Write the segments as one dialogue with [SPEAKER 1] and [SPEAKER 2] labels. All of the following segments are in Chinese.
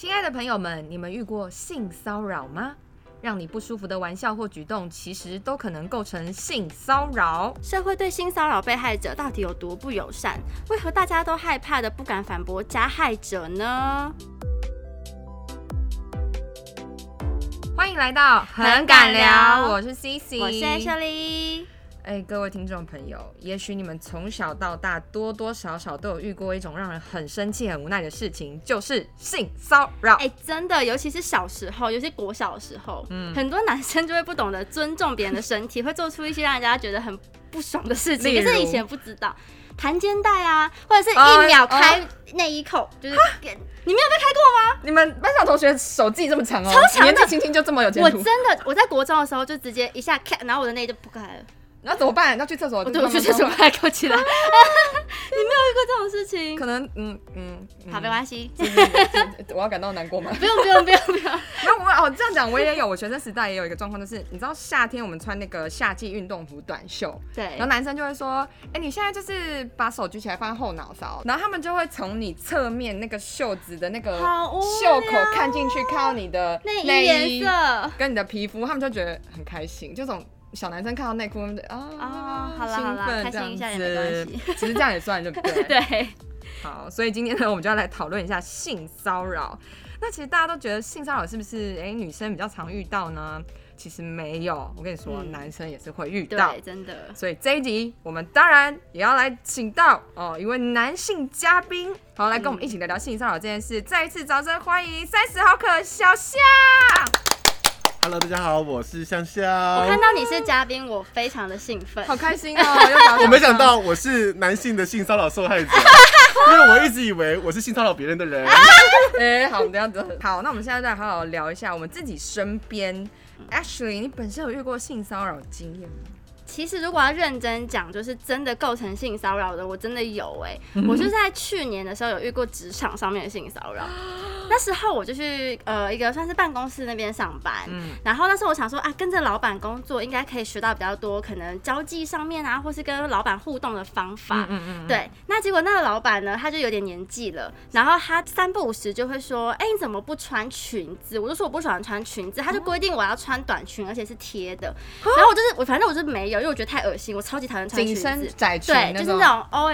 [SPEAKER 1] 亲爱的朋友们，你们遇过性骚扰吗？让你不舒服的玩笑或举动，其实都可能构成性骚扰。
[SPEAKER 2] 社会对性骚扰被害者到底有多不友善？为何大家都害怕的不敢反驳加害者呢？
[SPEAKER 1] 欢迎来到很
[SPEAKER 2] 很
[SPEAKER 1] 敢
[SPEAKER 2] 敢
[SPEAKER 1] 聊，
[SPEAKER 2] 聊
[SPEAKER 1] 我是 Cici，
[SPEAKER 2] 我是 Ashley，
[SPEAKER 1] 哎，各位听众朋友，也许你们从小到大多多少少都有遇过一种让人很生气、很无奈的事情，就是性骚扰。
[SPEAKER 2] 哎、真的，尤其是小时候，尤其国小的时候，
[SPEAKER 1] 嗯
[SPEAKER 2] 很多男生就会不懂得尊重别人的身体，会做出一些让人家觉得很不爽的事情。
[SPEAKER 1] 例如
[SPEAKER 2] 可是以前不知道，弹肩带啊，或者是一
[SPEAKER 1] 哦
[SPEAKER 2] 秒开内衣扣，就是你没有被开过吗？
[SPEAKER 1] 你们班上同学手记这么长哦，
[SPEAKER 2] 超长的
[SPEAKER 1] 年纪轻轻就这么有前
[SPEAKER 2] 我
[SPEAKER 1] 途
[SPEAKER 2] 真，的，我在国中的时候就直接一下咔，然后我的内衣就不开了。
[SPEAKER 1] 那怎么办？要去厕所？
[SPEAKER 2] 我对我去厕所还扣起来，你 没有遇过这种事 情？
[SPEAKER 1] 可能嗯嗯，嗯
[SPEAKER 2] 好，没关系，
[SPEAKER 1] 我要感到难过吗？
[SPEAKER 2] 不用不用不用不用。
[SPEAKER 1] 那我哦，这样讲我也有，我学生时代也有一个状况，就是你知道夏天我们穿那个夏季运动服短袖，然
[SPEAKER 2] 对
[SPEAKER 1] 后，男生就会说，哎、你现在就是把手举起来放在后脑勺，然后他们就会从你侧面那个袖子的那个
[SPEAKER 2] 好无
[SPEAKER 1] 袖口
[SPEAKER 2] 聊哦
[SPEAKER 1] 看进去，看到你的
[SPEAKER 2] 内衣
[SPEAKER 1] 内
[SPEAKER 2] 颜
[SPEAKER 1] 衣
[SPEAKER 2] 色。
[SPEAKER 1] 跟你的皮肤，他们就觉得很开心，就这种。小男生看到内裤，他们就啊、
[SPEAKER 2] 哦好啦
[SPEAKER 1] 兴
[SPEAKER 2] 好啦
[SPEAKER 1] 奋
[SPEAKER 2] 开
[SPEAKER 1] 这
[SPEAKER 2] 心
[SPEAKER 1] 样
[SPEAKER 2] 一下也没关
[SPEAKER 1] 子
[SPEAKER 2] 系，
[SPEAKER 1] 其实这样也算，对不对？
[SPEAKER 2] 对，
[SPEAKER 1] 好，所以今天呢，我们就要来讨论一下性骚扰。那其实大家都觉得性骚扰是不是哎、女生比较常遇到呢？其实没有，我跟你说，
[SPEAKER 2] 嗯
[SPEAKER 1] 男生也是会遇到
[SPEAKER 2] 对，。真的。
[SPEAKER 1] 所以这一集我们当然也要来请到哦一位男性嘉宾，好来跟我们一起聊聊性骚扰这件事。再一次掌声欢迎三十毫克小夏。
[SPEAKER 3] Hello，大家好，我是香香。
[SPEAKER 2] 我看
[SPEAKER 3] 我
[SPEAKER 2] 到你是嘉宾，我非常的兴奋。
[SPEAKER 1] 好开心哦！又找到
[SPEAKER 3] 没想到 我是男性的性骚扰受害者，因为我一直以为我是性骚扰别人的人。
[SPEAKER 1] 哎、好，我们等一下等一下。好，那我们现在再好好聊一下我们自己身边。Ashley，你本身有遇过性骚扰经验吗？
[SPEAKER 2] 其实如果要认真讲，就是真的构成性骚扰的，我真的有哎、我就是在去年的时候有遇过职场上面的性骚扰。 那时候我就去呃一个算是办公室那边上班，
[SPEAKER 1] 嗯
[SPEAKER 2] 然后那时候我想说啊，跟着老板工作应该可以学到比较多，可能交际上面啊，或是跟老板互动的方法。
[SPEAKER 1] 嗯嗯
[SPEAKER 2] 对，那结果那个老板呢，他就有点年纪了，然后他三不五时就会说：“哎、你怎么不穿裙子？”我就说我不喜欢穿裙
[SPEAKER 1] 哦
[SPEAKER 2] 子，他就规定我要穿短裙，而且是贴的。然后我就是我，反正我就是没有，因为我觉得太恶心，我超级讨厌穿裙
[SPEAKER 1] 紧
[SPEAKER 2] 子。
[SPEAKER 1] 身窄裙
[SPEAKER 2] 对，
[SPEAKER 1] 那
[SPEAKER 2] 就是
[SPEAKER 1] 种哦
[SPEAKER 2] 那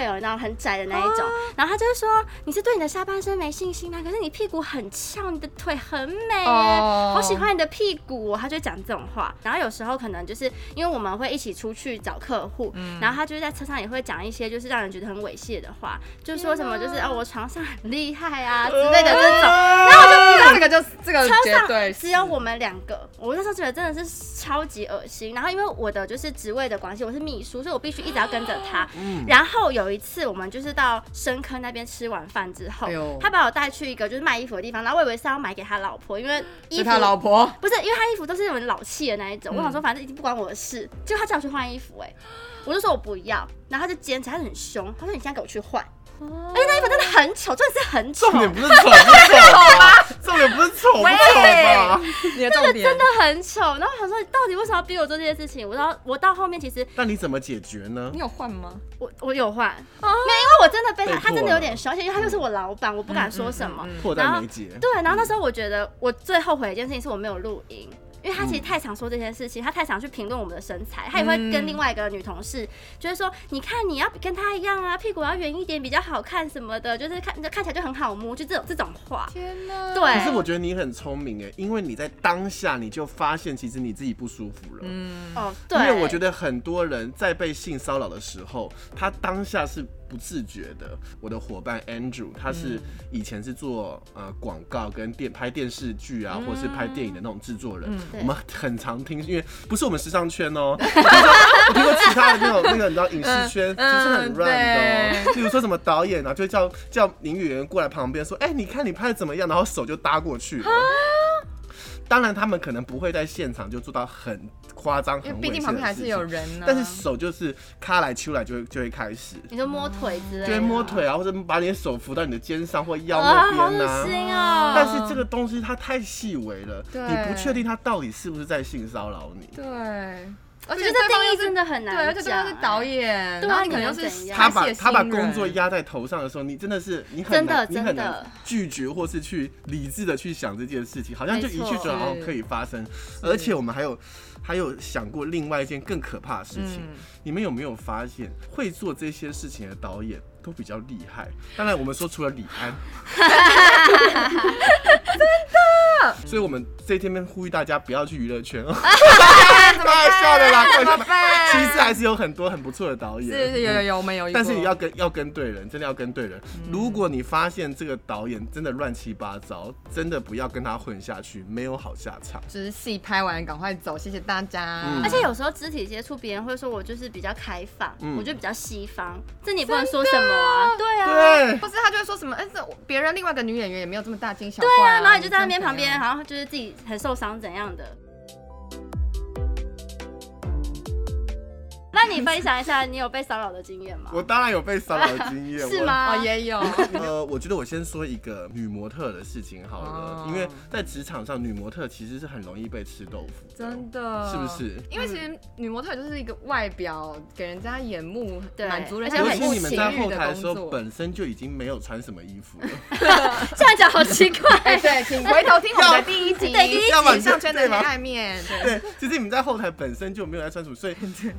[SPEAKER 2] 种 OL 那种很窄的那一种，然后他就会说你是对你的下半身没信心啊，可是你屁股很翘，你的腿很美耶，
[SPEAKER 1] 哦
[SPEAKER 2] 好喜欢你的屁股、哦，他就会讲这种话。然后有时候可能就是因为我们会一起出去找客户，
[SPEAKER 1] 嗯
[SPEAKER 2] 然后他就是在车上也会讲一些就是让人觉得很猥亵的话，就说什么就是哦我床上很厉害啊之类的这种。
[SPEAKER 1] 然后我就知道啊这个就是这个
[SPEAKER 2] 车
[SPEAKER 1] 绝对
[SPEAKER 2] 上只有我们两个，我那时候觉得真的是超级恶心。然后因为我的就是职位的关系，我是秘书，所以我必须一直要跟着他。
[SPEAKER 1] 嗯
[SPEAKER 2] 然后有一次我们就是到深坑那边吃完饭之后
[SPEAKER 1] 哎呦，
[SPEAKER 2] 他把我带去一个就是卖衣服的地方，然后我以为是要买给他老婆，因为衣
[SPEAKER 1] 是
[SPEAKER 2] 服
[SPEAKER 1] 他老 婆，嗯
[SPEAKER 2] 不是，因为他衣服都是那种老气的那一种，我想说反正已经不关我的事，结果他叫我去换衣服、哎，我就说我不要，然后他就坚持，他就很凶，他说你现在给我去换，
[SPEAKER 1] 哦
[SPEAKER 2] 而且那衣服真的很丑，真的是很丑，
[SPEAKER 3] 重点不是丑不丑吧？重点不是丑不丑吧？
[SPEAKER 1] 你的重点真的
[SPEAKER 2] 真的很丑。然后我想说，你到底为什么要逼我做这件事情？我到我到后面，其实
[SPEAKER 3] 那你怎么解决呢
[SPEAKER 1] 你？有换吗？
[SPEAKER 2] 我我有换，没有，因为我真的被
[SPEAKER 3] 哦被
[SPEAKER 2] 他，
[SPEAKER 3] 迫嗯
[SPEAKER 2] 他真的有点凶，而且因为他又是我老板，我不敢说什么。
[SPEAKER 1] 嗯
[SPEAKER 3] 迫
[SPEAKER 2] 然
[SPEAKER 3] 在
[SPEAKER 2] 后
[SPEAKER 3] 眉睫。
[SPEAKER 2] 对，然后那时候我觉得我最后悔的一件事情是我没有录音。因为他其实太常说这件事
[SPEAKER 3] 嗯
[SPEAKER 2] 情，他太常去评论我们的身材，他也会跟另外一个女同事，就是说，你看你要跟他一样啊，屁股要圆一点比较好看什么的，就是看看起来就很好摸，就这种这种话。
[SPEAKER 1] 天哪
[SPEAKER 2] 对
[SPEAKER 3] 可是我觉得你很聪明哎，因为你在当下你就发现其实你自己不舒服了。
[SPEAKER 1] 嗯，
[SPEAKER 2] 哦，对，
[SPEAKER 3] 因为我觉得很多人在被性骚扰的时候，他当下是不自觉的。我的伙伴 Andrew，他是
[SPEAKER 1] 嗯
[SPEAKER 3] 以前是做呃广告跟电拍电视剧啊，或是拍电影的那种制作人。
[SPEAKER 1] 嗯
[SPEAKER 3] 我们很常听，因为不是我们时尚圈哦、 我听说我听过其他的那种那个你知道影视圈
[SPEAKER 1] 嗯
[SPEAKER 3] 其实很
[SPEAKER 1] 嗯
[SPEAKER 3] run 的、哦，比如说什么导演啊，就会叫叫女演员过来旁边说，哎、你看你拍的怎么样，然后手就搭过去了。当然，他们可能不会在现场就做到很夸张，
[SPEAKER 1] 因
[SPEAKER 3] 很
[SPEAKER 1] 为毕竟
[SPEAKER 3] 猥亵
[SPEAKER 1] 旁边
[SPEAKER 3] 的
[SPEAKER 1] 还
[SPEAKER 3] 事
[SPEAKER 1] 是
[SPEAKER 3] 情
[SPEAKER 1] 有人
[SPEAKER 2] 嗯
[SPEAKER 1] 呢。
[SPEAKER 3] 但是手就是咔来秋来就会就会开始，
[SPEAKER 2] 你就摸腿之类的，
[SPEAKER 3] 就会摸腿啊，或者把你的手扶到你的肩上或腰
[SPEAKER 2] 啊，好
[SPEAKER 3] 那
[SPEAKER 2] 恶
[SPEAKER 3] 边啊。
[SPEAKER 2] 心哦！
[SPEAKER 3] 但是这个东西它太细微了，
[SPEAKER 1] 对
[SPEAKER 2] 啊
[SPEAKER 3] 你不确定它到底是不是在性骚扰你。
[SPEAKER 1] 对，而
[SPEAKER 2] 我
[SPEAKER 1] 且
[SPEAKER 2] 觉得
[SPEAKER 1] 对方
[SPEAKER 2] 定
[SPEAKER 1] 又
[SPEAKER 2] 义
[SPEAKER 1] 是
[SPEAKER 2] 真的很难
[SPEAKER 1] 对，而且对方
[SPEAKER 2] 讲
[SPEAKER 1] 是导
[SPEAKER 2] 哎
[SPEAKER 1] 演，
[SPEAKER 2] 对啊
[SPEAKER 1] 然后你可能又
[SPEAKER 2] 你能
[SPEAKER 1] 是
[SPEAKER 2] 怎样
[SPEAKER 3] 他
[SPEAKER 1] 拍戏
[SPEAKER 3] 把
[SPEAKER 1] 的
[SPEAKER 3] 他把
[SPEAKER 1] 新人
[SPEAKER 3] 工作压在头上的时候，你真的是你很
[SPEAKER 2] 真
[SPEAKER 3] 难
[SPEAKER 2] 的
[SPEAKER 3] 你很
[SPEAKER 2] 真的
[SPEAKER 3] 难拒绝或是去理智的去想这件事情，好像就一去
[SPEAKER 2] 没错
[SPEAKER 3] 就好
[SPEAKER 1] 是
[SPEAKER 3] 可以发生。而且我们还有还有想过另外一件更可怕的事情，
[SPEAKER 1] 嗯
[SPEAKER 3] 你们有没有发现会做这些事情的导演？都比较厉害，当然我们说除了李安，真的，所以我们这天边呼吁大家不要去娱乐圈哦，开玩笑的啦，开玩笑的其实还是有很多很不错的导演，
[SPEAKER 1] 是是有
[SPEAKER 3] 嗯
[SPEAKER 1] 有有，我们有遇过，
[SPEAKER 3] 但是你要跟要跟对人，真的要跟对人。如果你发现这个导演真的乱七八糟，真的不要跟他混下去，没有好下场。
[SPEAKER 1] 就是戏拍完赶快走，谢谢大家。
[SPEAKER 3] 嗯
[SPEAKER 2] 而且有时候肢体接触，别人会说我就是比较开放，
[SPEAKER 3] 嗯
[SPEAKER 2] 我就比较西方，这你不能说什么啊，对啊，
[SPEAKER 3] 对，
[SPEAKER 1] 不是他就会说什么，哎、这别人另外一个女演员也没有这么大惊小怪、
[SPEAKER 2] 对
[SPEAKER 1] 啊
[SPEAKER 2] 啊，然后你就在那边
[SPEAKER 1] 这样
[SPEAKER 2] 旁边，
[SPEAKER 1] 怎样
[SPEAKER 2] 好像就是自己很受伤怎样的。那你分享一下你有被骚扰的经验吗？
[SPEAKER 3] 我当然有被骚扰的经验，
[SPEAKER 2] 是
[SPEAKER 3] 我
[SPEAKER 2] 吗？
[SPEAKER 1] 哦，也有，
[SPEAKER 3] 呃，我觉得我先说一个女模特的事情好了，
[SPEAKER 1] 哦
[SPEAKER 3] 因为在职场上，女模特其实是很容易被吃豆腐的，
[SPEAKER 1] 真的，
[SPEAKER 3] 是不？是？
[SPEAKER 1] 因为其实女模特就是一个外表给人家眼目，
[SPEAKER 2] 对
[SPEAKER 1] 满足人
[SPEAKER 2] 而
[SPEAKER 1] 家
[SPEAKER 2] 且
[SPEAKER 3] 尤
[SPEAKER 2] 很
[SPEAKER 3] 其
[SPEAKER 1] 目
[SPEAKER 3] 你们
[SPEAKER 1] 情
[SPEAKER 3] 在
[SPEAKER 1] 欲
[SPEAKER 3] 后
[SPEAKER 1] 的
[SPEAKER 3] 台的时
[SPEAKER 1] 工
[SPEAKER 3] 候，
[SPEAKER 1] 作。
[SPEAKER 3] 本身就已经没有穿什么衣服了，
[SPEAKER 2] 这样讲好奇
[SPEAKER 1] 哎，
[SPEAKER 2] 怪。
[SPEAKER 1] 对，请回头听我们的第一集，
[SPEAKER 2] 对第一集
[SPEAKER 3] 要么你就
[SPEAKER 1] 上圈的黑
[SPEAKER 3] 对吗
[SPEAKER 1] 暗面，对，
[SPEAKER 3] 对，其实你们在后台本身就没有在穿什 么，所以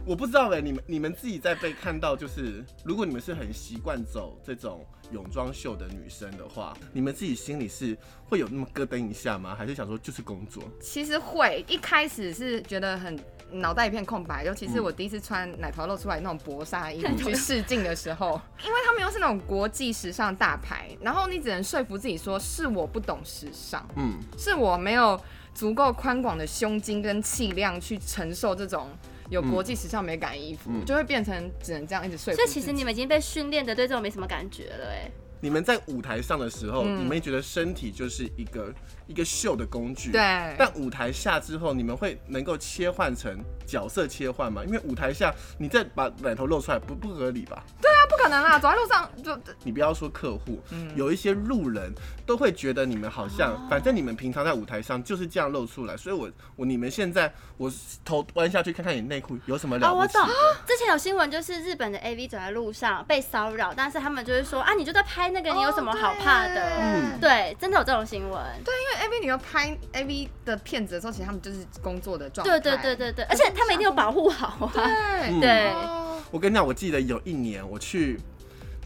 [SPEAKER 3] 我不知道哎、你们你们自己在被看到，就是如果你们是很习惯走这种泳装秀的女生的话，你们自己心里是会有那么咯噔一下吗？还是想说就是工作？
[SPEAKER 1] 其实会一开始是觉得很脑袋一片空白，尤其是我第一次穿奶头露出来那种薄纱衣服去试镜的时候，嗯 因为他们又是那种国际时尚大牌，然后你只能说服自己说是我不懂时尚，
[SPEAKER 3] 嗯，
[SPEAKER 1] 是我没有足够宽广的胸襟跟气量去承受这种有国际时尚美感的衣服，
[SPEAKER 3] 嗯
[SPEAKER 1] 就会变成只能这样一直说服
[SPEAKER 2] 所
[SPEAKER 1] 自
[SPEAKER 2] 以
[SPEAKER 1] 己。
[SPEAKER 2] 其实你们已经被训练的对这种没什么感觉了，哎，
[SPEAKER 3] 你们在舞台上的时候，
[SPEAKER 1] 嗯
[SPEAKER 3] 你们觉得身体就是一个一个秀的工具，
[SPEAKER 1] 对。
[SPEAKER 3] 但舞台下之后，你们会能够切换成角色切换吗？因为舞台下你再把奶头露出来，不不合理吧？
[SPEAKER 1] 那不可能啦，走在路上就
[SPEAKER 3] 你不要说客户，
[SPEAKER 1] 嗯
[SPEAKER 3] 有一些路人都会觉得你们好像，
[SPEAKER 1] 哦
[SPEAKER 3] 反正你们平常在舞台上就是这样露出来，所以我我你们现在我头弯下去看看你内裤有什么了
[SPEAKER 2] 哦，
[SPEAKER 3] 不
[SPEAKER 2] 我
[SPEAKER 3] 起？
[SPEAKER 2] 懂。之前有新闻，就是日本的 AV 走在路上被骚扰，但是他们就会说啊，你就在拍那个，你有什么好怕的？
[SPEAKER 1] 哦
[SPEAKER 3] 嗯
[SPEAKER 2] 对，真的有这种新闻。
[SPEAKER 1] 对，因为 A V 你要拍 A V 的片子的时候，其实他们就是工作的状态。
[SPEAKER 2] 对对对对对，而且他们一定有保护好啊。
[SPEAKER 1] 对
[SPEAKER 3] 嗯
[SPEAKER 2] 对，
[SPEAKER 1] 哦
[SPEAKER 3] 我跟你讲，我记得有一年我去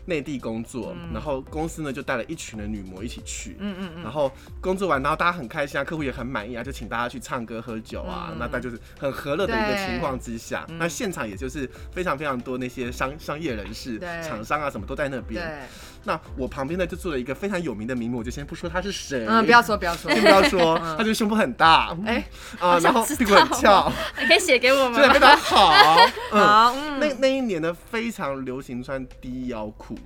[SPEAKER 3] 内地工作，然后公司呢就带了一群的女模一起去，
[SPEAKER 1] 嗯嗯
[SPEAKER 3] 然后工作完，然后大家很开心啊，客户也很满意啊，就请大家去唱歌喝酒啊，
[SPEAKER 1] 嗯
[SPEAKER 3] 那大家就是很和乐的一个
[SPEAKER 1] 对
[SPEAKER 3] 情况之下，那现场也就是非常非常多那些商商业人士、
[SPEAKER 1] 对
[SPEAKER 3] 厂商啊什么都在那边。
[SPEAKER 1] 对，
[SPEAKER 3] 那我旁边呢就坐了一个非常有名的名模，我就先不说他是谁，
[SPEAKER 1] 嗯，不要，说不要说，
[SPEAKER 3] 先不要 说，他就是胸部很大，
[SPEAKER 1] 哎，
[SPEAKER 3] 啊，然后
[SPEAKER 2] 知
[SPEAKER 3] 屁股很
[SPEAKER 2] 道
[SPEAKER 3] 翘，
[SPEAKER 2] 你可以写给我
[SPEAKER 3] 真的
[SPEAKER 2] 们
[SPEAKER 3] 非
[SPEAKER 2] 吗？
[SPEAKER 3] 常好，嗯。
[SPEAKER 1] 好，
[SPEAKER 3] 那
[SPEAKER 1] 嗯，
[SPEAKER 3] 那一年呢，非常流行穿低腰裤，